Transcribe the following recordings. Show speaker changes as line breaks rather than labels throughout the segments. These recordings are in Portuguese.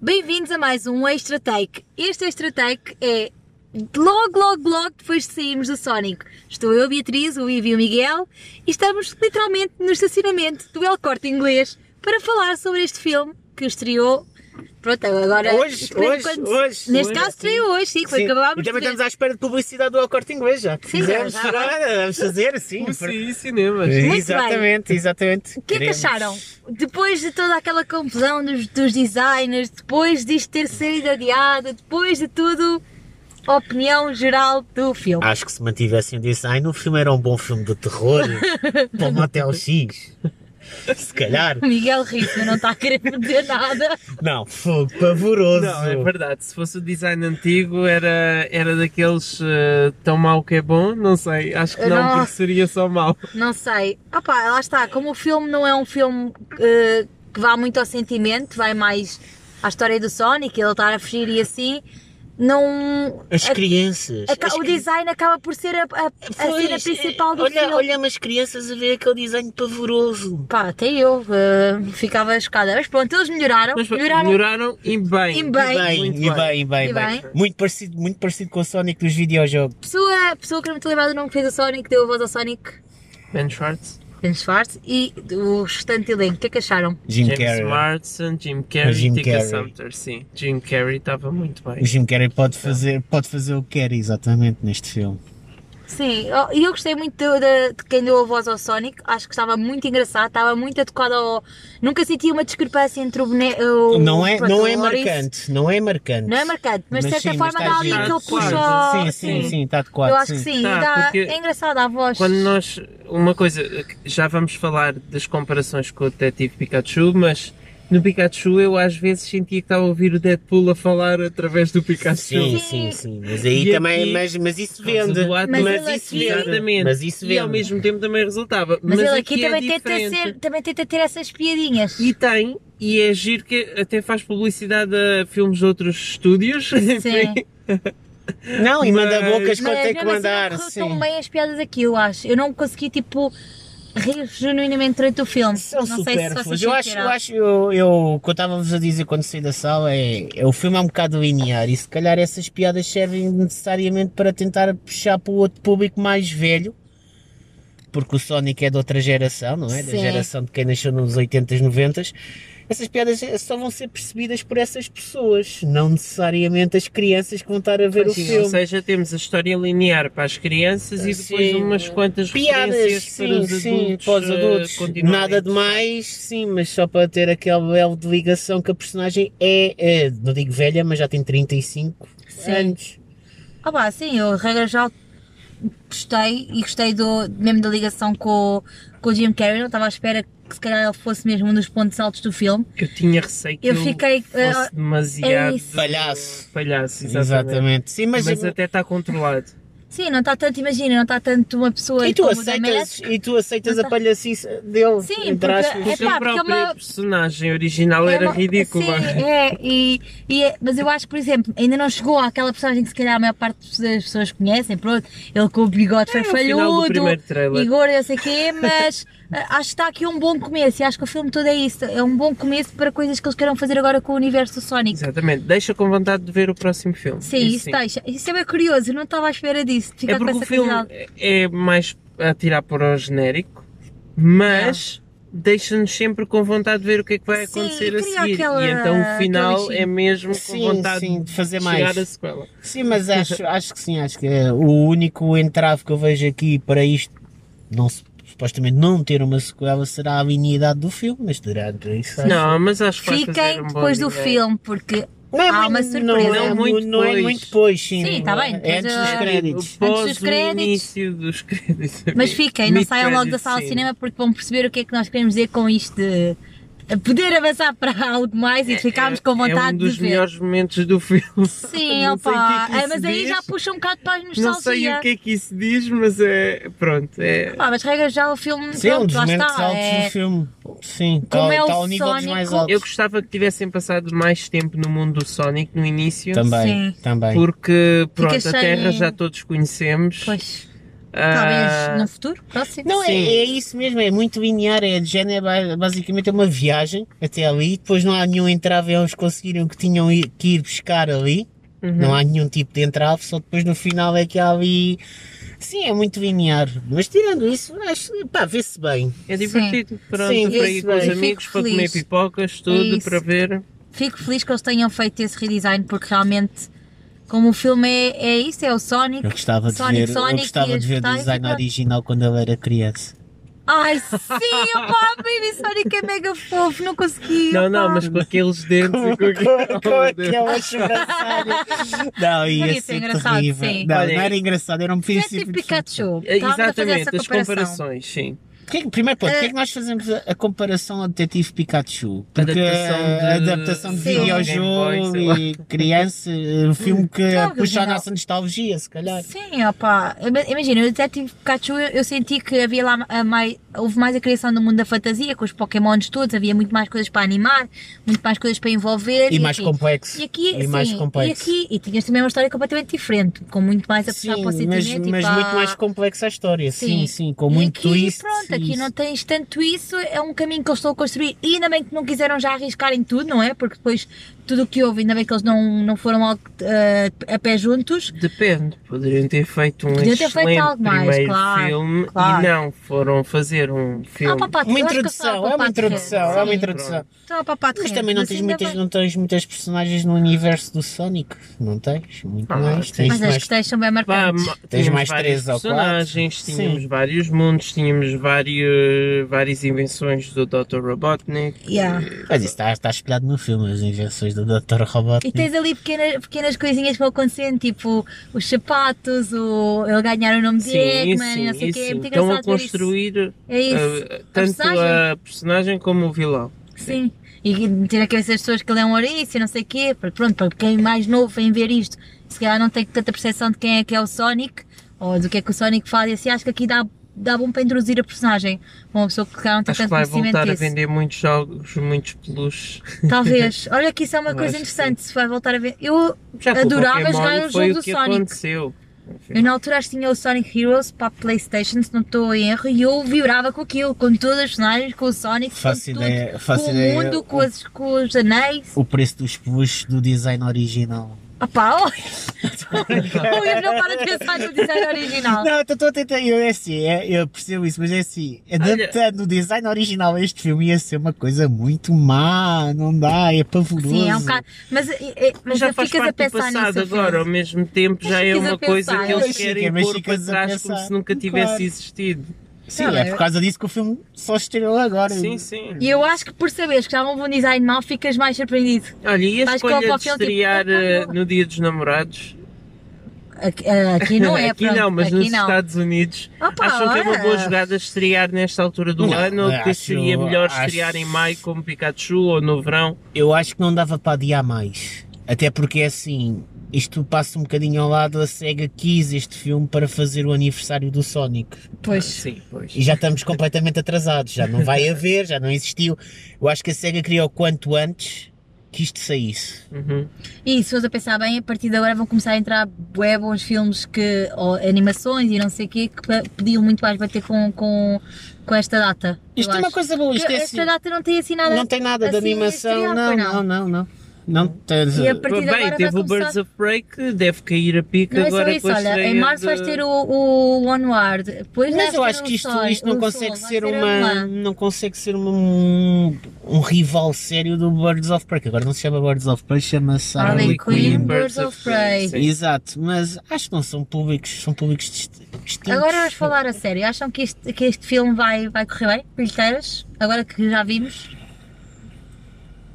Bem-vindos a mais um Extra Take. Este Extra Take é logo, logo, logo depois de sairmos do Sónico. Estou eu, a Beatriz, o Ivo e o Miguel e estamos literalmente no estacionamento do El Corte Inglês para falar sobre este filme que estreou. Pronto, agora.
Hoje,
espero
hoje, hoje,
Neste
hoje,
caso,
sim.
estreou hoje, sim, que foi acabámos
E
de
também
ver.
estamos à espera de publicidade do El Corte Inglês já.
Sim,
Quisemos,
já, já.
olha, Vamos fazer, sim. por- É
Sim, cinemas.
bem.
Exatamente, exatamente.
O que é que acharam? Depois de toda aquela confusão dos, dos designers, depois disto ter sido adiado, depois de tudo, a opinião geral do filme.
Acho que se mantivessem o design, o filme era um bom filme de terror para o Motel X. Se calhar.
O Miguel Rico não está a querer perder nada.
Não, fogo pavoroso.
Não, é verdade. Se fosse o design antigo, era, era daqueles eh, tão mau que é bom, não sei. Acho que não,
Não.
porque seria só mau.
Não sei. Opá, lá está. Como o filme não é um filme eh, que vá muito ao sentimento, vai mais à história do Sonic, ele estar a fugir e assim, não.
As
a-
crianças.
a-
as
o
cri-
design acaba por ser a, a, a
Pois, eh,
cena principal do
olha,
filme.
Olha-me as crianças a ver aquele design pavoroso.
Pá, até eu eh, ficava chocada. Mas pronto, eles melhoraram.
Mas
melhoraram.
melhoraram e bem.
E bem.
bem,
muito
e
bem.
bem, e bem,
E
bem.
bem.
Muito parecido, muito parecido com o Sonic dos videojogos.
Pessoa, pessoa que não me estou a lembrar do nome que fez o Sonic, deu a voz ao Sonic,
Ben Schwartz,
Ben Schwartz, e o restante elenco. O que é que acharam?
Jim
James
Carrey.
Marsden, Jim Carrey,
Jim
Tika
Carrey.
Sumpter, sim. Jim Carrey estava muito bem.
O Jim Carrey pode fazer, pode fazer o que quer exatamente neste filme.
Sim, eu- e eu gostei muito de, de- de quem deu a voz ao Sonic, acho que estava muito engraçado, estava muito adequado ao. Nunca senti uma discrepância entre o boneco. o-
não é,
pronto,
não é
o Loris.
marcante, não é marcante.
Não é marcante, mas de certa
sim,
forma
está
dá ali
giro.
aquele
Está de
puxo.
quadro.
ao-
Sim, sim, sim, está de quadro.
Eu acho que sim,
Tá,
dá-
porque-
é engraçado a voz.
Quando nós. Uma coisa, que já vamos falar das comparações com o Detetive Pikachu, mas no Pikachu eu às vezes sentia que estava a ouvir o Deadpool a falar através do Pikachu.
Sim,
Sim.
sim, sim. Mas aí
E
também,
aqui-
mas, mas isso
Mas
vende.
o do ato-
Mas
Mas,
ele
isso
aqui-
vende.
é? Exatamente.
Mas isso vende.
E ao mesmo tempo também resultava.
Mas, ele aqui,
é
também, tenta
diferente.
ser, também tenta ter essas piadinhas.
E tem, e é giro que até faz publicidade a filmes de outros estúdios.
Sim.
Não, e manda
Mas-
bocas quando
Mas mesmo
tem é que
assim,
mandar.
não correu
Sim.
tão bem as piadas aqui, eu acho. Eu não consegui, tipo, rir genuinamente durante o filme.
São
não sei se
supérfluos.
vocês
Eu acho, eu
sentiram.
acho, eu, eu, o que eu estava-vos a dizer quando saí da sala é, é o filme é um bocado linear e se calhar essas piadas servem necessariamente para tentar puxar para o outro público mais velho. Porque o Sonic é de outra geração, não é? Da
Sim.
geração de quem nasceu nos 80s, 90s. Essas piadas é, só vão ser percebidas por essas pessoas, não necessariamente as crianças que vão estar a ver o
Sim,
filme.
Ou seja, temos a história linear para as crianças e depois
Sim.
umas quantas
piadas,
referências para
sim,
os
sim,
adultos.
para os
eh,
adultos.
continuarem.
Nada de mais, sim, mas só para ter aquele elo de ligação que a personagem é, eh, não digo velha, mas já tem 35
Sim.
anos.
Ah, pá, sim, eu, regra geral, gostei e gostei do, mesmo da ligação com, o- com o Jim Carrey. Não estava à espera que se calhar ele fosse mesmo um dos pontos altos do filme.
Eu tinha receio que
Eu fiquei, eh, é
fosse demasiado
isso.
Palhaço.
Palhaço,
Exatamente.
exatamente.
Sim, mas,
Mas, até está controlado.
Sim, não está tanto, imagina, não está tanto uma pessoa
e tu
como o da
aceitas,
Mask.
e tu aceitas
Não
a
tá-
palhacice dele?
Sim,
entre
porque
aspas?
O
É
seu
pá, porque é
próprio
uma-
personagem original era
É uma-
ridícula.
Sim, é, e, e é- mas eu acho que, por exemplo, ainda não chegou àquela personagem que se calhar a maior parte das pessoas conhecem, pronto, ele com o bigode
É o final do
farfalhudo,
primeiro trailer.
e gordo, não sei o quê, mas ah, acho que está aqui um bom começo, e acho que o filme todo é isso, é um bom começo para coisas que eles queiram fazer agora com o universo do Sonic.
Exatamente. Deixa com vontade de ver o próximo filme.
Sim, isso,
sim.
deixa. Isso é bem curioso, eu não estava à espera disso, de ficar
É
com
porque o
essa
filme
curiosidade.
é mais a tirar para o genérico, mas deixa-nos sempre com vontade de ver o que é que vai
É. Sim,
acontecer
e
a
cria
seguir.
aquela-
e então
aquele
o final
bichinho.
é mesmo com
Sim,
vontade
sim, de fazer
chegar
mais.
à sequela.
Sim, mas acho, acho que sim, acho que eh, o único entrave que eu vejo aqui para isto, não, se- supostamente não ter uma sequela, será a lineidade do filme, mas durante isso acho-
Não, mas acho que vai fazer
Fiquem
um bom
depois do
dinheiro.
filme, porque
Não é
Há uma
muito-
surpresa.
Não, é
Não
muito,
muito
não é
depois.
muito depois, sim.
Sim, tá bem,
É
depois,
antes
ah,
dos
É,
créditos.
Após
Antes dos
o
créditos.
início dos créditos.
Mas fiquem, não saiam logo da
Mid-credits
sala de
scene.
cinema porque vão perceber o que é que nós queremos dizer com isto de poder avançar para algo mais e de ficarmos
É-
com vontade
é um dos
de ver.
melhores momentos do filme.
Sim,
Não sei o que
opa,
é que isso
é, mas aí
diz.
já puxa um bocado para a nostalgia.
Não sei o que é que isso diz, mas é. Pronto, é.
Pá, mas regra já o filme
Sim, é um
pronto,
dos
lá
momentos
está.
altos
é-
do filme. Sim, tá está
é o
ao nível dos mais
Sónico-
altos.
Eu gostava que tivessem passado mais tempo no mundo do Sonic no início.
Também,
Sim.
também.
Porque, pronto, a
cheio-
Terra já todos conhecemos.
Pois. Talvez num futuro próximo.
Não, é,
Ah. Sim.
é isso mesmo, é muito linear, é de género, é ba- basicamente é uma viagem até ali, depois não há nenhum entrave, eles conseguiram que tinham i- que ir buscar ali, não há nenhum tipo de entrave, só depois no final é que há ali. Sim, é muito linear, mas tirando isso, acho, pá, vê-se bem.
É divertido. Pronto,
Sim,
para ir
isso
com os
bem.
amigos,
Fico
para comer
feliz.
pipocas, tudo,
Isso.
para ver.
Fico feliz que eles tenham feito esse redesign porque realmente, como o filme é, é isso, é o Sonic.
Eu gostava de
Sonic,
ver,
Sonic
eu
e
gostava
as
de ver o
portais e
design
pronto.
original quando ele era criança.
Ai sim, opa, baby Sonic é mega fofo, não consegui.
Não, não,
opá.
mas com aqueles dentes
é
e com aquele.
Oh, Não,
Não,
ia
isso é
ser
engraçado,
terrível.
sim.
Não,
Olha,
não era engraçado, era um
É
princípio.
tipo
de-
Pikachu. Estávamos a fazer essa
É, Exatamente, as
comparação.
comparações, sim.
Que- primeiro ponto,
Eh,
porque é que nós fazemos a, a comparação ao Detetive Pikachu? Porque
Adaptação de-
a adaptação de
Sim.
Game Boy,
videojogo
sei lá.
e criança, um filme que
Não,
puxa
original.
a nossa nostalgia, se calhar.
Sim, opá. Imagina, o Detetive Pikachu, eu, eu senti que havia lá a mais, houve mais a criação do mundo da fantasia, com os Pokémons todos, havia muito mais coisas para animar, muito mais coisas para envolver.
E mais
aqui-
complexo.
E aqui,
E
sim,
mais complexo.
E aqui, e tinhas também uma história completamente diferente, com muito mais a puxar para o
Sim, mas,
sentimento e
mas
para-
muito mais complexa a história. Sim, sim, com
e
muito
aqui,
twist.
pronto, aqui
e-
não tens tanto isso, é um caminho que eles estão a construir e ainda bem que não quiseram já arriscar em tudo, não é? Porque depois tudo o que houve, ainda bem que eles não, não foram logo, eh, a pé juntos.
Depende, poderiam ter feito um
Poderiam ter feito
excelente
algo mais,
primeiro
claro,
filme
claro.
e não foram fazer um
Ah,
filme.
papá,
Uma introdução, é uma introdução, é uma introdução.
Então, ah, papá, de
Mas
ré,
também não
mas
tens,
ainda
muitas,
bem.
não tens muitas personagens no universo do Sonic. Não tens? Muito
Ah,
mais.
sim.
Tens
Mas as
mais
que tens são bem
Pá,
marcantes.
ma-
Tens
tínhamos
mais
vários
três ou quatro?
personagens, tínhamos
Sim.
vários mundos, tínhamos vários, várias invenções do Dr. Robotnik.
Yeah.
Mas isso está, está espelhado no filme, as invenções do Dr. Robotnik.
E tens ali pequenas, pequenas coisinhas que vão acontecendo, tipo os sapatos, o ele ganhar o nome de
Sim,
Eggman, não
isso,
sei o quê. É
isso.
muito
Estão a
engraçado ver isso.
construir
É isso.
uh, tanto
personagem.
a personagem como o vilão.
uh,
Sim, e meter na cabeça das pessoas que ele é um ouriço e não sei o quê, porque pronto, para quem é mais novo vem ver isto, se calhar não tem tanta percepção de quem é que é o Sonic, ou do que é que o Sonic faz, e assim, acho que aqui dá, dá bom para introduzir a personagem, Para uma pessoa que se calhar não tem
Acho que
tanto
vai
conhecimento
voltar a
disso.
vender muitos jogos, muitos peluches.
Talvez, olha que isso é uma
Eu
coisa
acho que sim.
interessante, se vai voltar a ver, eu,
Já que o
Adorava
Pokémon
jogar o
foi
jogo
o que
do Sonic.
aconteceu. Enfim.
eu na altura acho que tinha o Sonic Heroes para a Playstation, se não estou em erro, e eu vibrava com aquilo, com todas as personagens, com o Sonic,
tipo, Faço
com
ideia-
tudo,
faço
com
ideia-
o mundo, com, as, com os anéis,
O preço dos puxos do design original.
Opá, olha! o Luís não para de pensar no design original.
Não, estou a tentar. Eu, é assim, é- eu percebo isso, mas é assim. Adaptando o design original a este filme ia ser uma coisa muito má. Não dá, é pavoroso.
Sim, é um bocado. Mas, é, é, mas
Mas já
já
faz
ficas a
parte do
pensar nisso.
passado agora, ao
Afinal.
mesmo tempo já
Mas
é
ficas a
uma coisa
pensar,
que eles
mas fica,
querem
mas
pôr para
ficas a
trás como
pensar.
se nunca tivesse
Claro.
existido.
Sim,
Não,
é
é-
por causa disso que o filme só estreou agora.
Sim, sim.
E eu acho que por saberes que já houve um design mau, ficas mais surpreendido.
Olha, e a
Vais com o
escolha de
papel, tipo,
estrear
"Ah, tá
eh,
bom."
no Dia dos Namorados?
Aqui, ah, aqui não é,
Aqui
pronto.
não, mas
aqui
nos
não.
Estados Unidos.
Opa,
Acham que é uma
olha.
boa jogada estrear nesta altura do
Não,
ano ou que
acho-
seria melhor
acho-
estrear em maio como Pikachu ou no verão?
Eu acho que não dava para adiar mais. Até porque é assim, isto passa um bocadinho ao lado. A SEGA quis este filme para fazer o aniversário do Sonic.
Pois.
Sim, pois.
E já estamos completamente atrasados. Já não vai haver, já não existiu. Eu acho que a SEGA queria o quanto antes que isto saísse.
Uhum.
E se fores a pensar bem, a partir de agora vão começar a entrar bué bons filmes que, ou animações e não sei o quê, que pa- podiam muito mais bater com, com, com esta data. eu
Isto é uma
acho.
coisa boa. Isto
Porque
é
esta
assim,
data não tem assim nada.
não tem nada de
assim,
animação.
estrear,
Não,
pois
não, não, não. Não tens. eh,
E a partir de
Bem,
agora
teve
vai
o Birds
começar-
of Prey que deve cair a pica
Não é só
agora
isso,
com a
olha, em
estreia
março
de-
vais ter o, o Onward, depois
Mas
vais
eu
ter um
acho
o
que isto,
Sol,
isto não
o
consegue
Sol,
ser
vai ter
uma.
Mulan.
Não consegue ser uma- um, um rival sério do Birds of Prey, que agora não se chama Birds of Prey, chama-se
Harley
Harley
Quinn,
Quinn.
Birds of Prey.
Sim.
Exato, mas acho que não são públicos, são públicos dist- distintos.
Agora vamos falar a sério, acham que este, que este filme vai, vai correr bem? Bilheteiras? Agora que já vimos?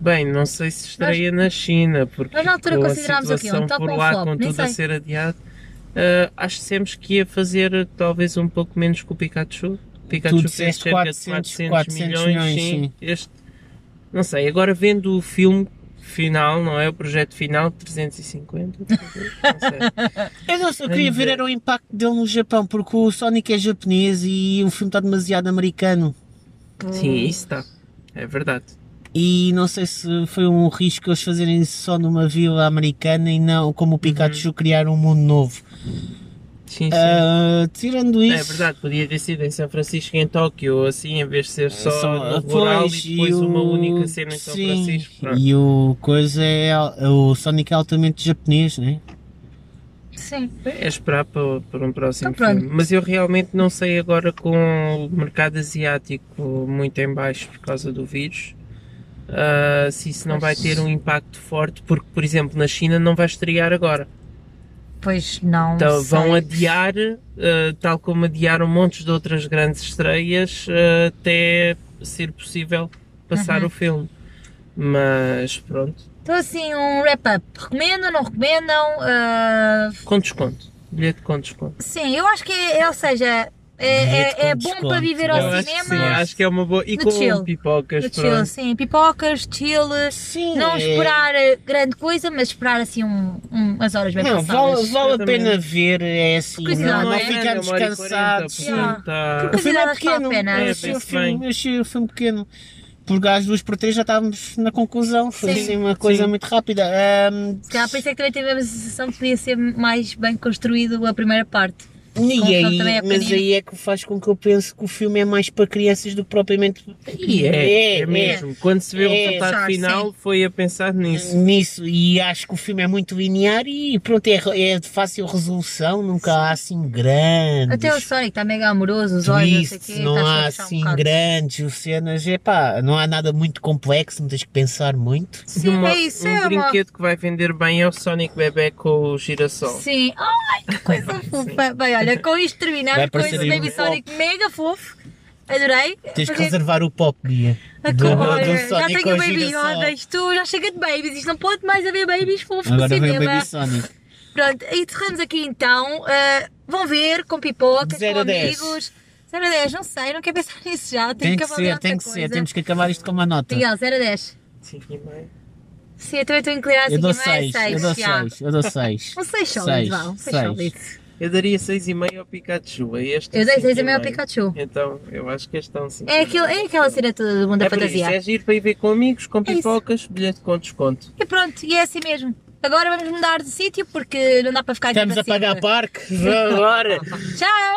Bem, não sei se estreia na China, porque
Nós na altura
com a
considerámos o quê? Um
situação
top
por
ou um
lá,
flop?
com
Nem
tudo a
sei.
ser adiado, ah, acho que dissemos que ia fazer ah, talvez um pouco menos que o Pikachu. Pikachu
Tu
fez
disseste
cerca de
400, 400 milhões, sim.
Este, não sei, agora vendo o filme final, não é? O projeto final, 350, talvez, não sei.
Eu não sei, eu queria
Vamos
ver
ver.
era o impacto dele no Japão, porque o Sonic é japonês e o filme está demasiado americano.
Sim, isso está. É verdade.
E não sei se foi um risco eles fazerem isso só numa vila americana e não como o Pikachu criar um mundo novo.
Sim, sim.
Ah, tirando isso.
é verdade, podia ter sido em São Francisco, em Tóquio, ou assim, em vez de ser só,
Só-
no rural
pois,
e depois
o-
uma única cena em São
sim,
Francisco. Pronto.
E o coisa é. O Sonic é altamente japonês, né?
Sim.
É esperar para, para um próximo
Então pronto.
filme. Mas eu realmente não sei agora com o mercado asiático muito em baixo por causa do vírus. ah, se isso não vai ter um impacto forte, porque, por exemplo, na China não vai estrear agora.
Pois não.
Então vão
sei.
adiar, ah, tal como adiaram montes de outras grandes estreias, ah, até ser possível
Uhum.
passar o filme. Mas pronto,
Então assim, um wrap-up. Recomendam, não recomendam? Ah,
com desconto. Bilhete com desconto.
sim, eu acho que é, ou seja, é, é-
Bilhete com
é bom
desconto.
para viver
Eu
ao
Eu acho que sim,
cinema.
acho que é uma boa. E
No
com
chill.
pipocas,
no
pronto.
chill, sim. Pipocas, chill.
Sim.
Não
é-
esperar eh, grande coisa, mas esperar assim um, um- umas horas bem
Não,
passadas.
vale, vale a
Exatamente.
pena ver, é assim,
Porque
não,
senão
não
não é, Ah,
ficarmos
uma hora e
cansados.
40, portanto, tá-
Porque- assim,
O filme é
Consideradas para a
pequeno,
pena.
eu
É,
achei, o
penso
filme,
bem.
eu achei o filme pequeno. Porque às duas por três já estávamos na conclusão, foi
Sim.
assim uma coisa
Sim.
muito rápida. Ahm,
Se calhar por isso é que também tivemos a sensação que podia ser mais bem construído a primeira parte.
e
filme
aí-
também é
mas
pequenino.
aí é que faz com que eu pense que o filme é mais para crianças do que propriamente.
E é, é, mesmo. Quando se vê o
É.
resultado
Pensar,
final, foi a pensar nisso.
Nisso, e acho que o filme é muito linear e pronto, é, é de fácil resolução, nunca há assim grandes
Até o Sonic está mega amoroso, os olhos, não sei o
twists,
quê.
não
está a
há
esforçar um
assim
bocado.
grandes cenas, é pá, não há nada muito complexo, não tens que pensar muito.
Sim,
Uma-
é isso,
um
é uma-
brinquedo que vai vender bem é o Sonic Bebé com o girassol.
Sim, ai que coisa fofa. Bem, olha, com isto terminamos
Vai
com
parecer
este
aí um
Baby Sonic mega fofo. Adorei.
Tens que
Porque-
reservar o pop, Bia.
Ah,
Do-
com-
do- do
olha, já
Sonic
tenho
ao
o Baby
girassol.
Yoda, isto já chega de babies, isto não pode mais haver babies fofos no
Agora vem o
cinema.
Baby Sonic.
Pronto, encerramos aqui então. Ah, vão ver com pipocas,
Zero
com
a dez.
amigos. 0 a 10, não sei, não quero pensar nisso já. Tenho
Tem que
avaliar
ser, tem que
outra
ser.
coisa.
Temos que acabar isto com uma nota.
Miguel, 0 a 10.
Cinco e meio.
Sim, eu também estou inclinada assim
Eu dou
que mais
6, eu dou 6, eu dou 6.
Um 6 sólido,
Seis,
vá, um 6
seis.
sólido.
Eu daria seis e meio ao Pikachu. a Este
Eu dei
cinco
6 a meio ao
meio.
Pikachu.
Então, eu acho que este é um cinco
É,
e
aquilo,
meio.
é aquela cena toda do mundo
É
da
por isso,
fantasia.
é giro para ir ver com amigos, com
É isso.
pipocas, bilhete com desconto.
E pronto, e é assim mesmo. Agora vamos mudar de sítio porque não dá para ficar aqui
Estamos
para
a pagar
sempre.
parque. Vamos embora.
Tchau!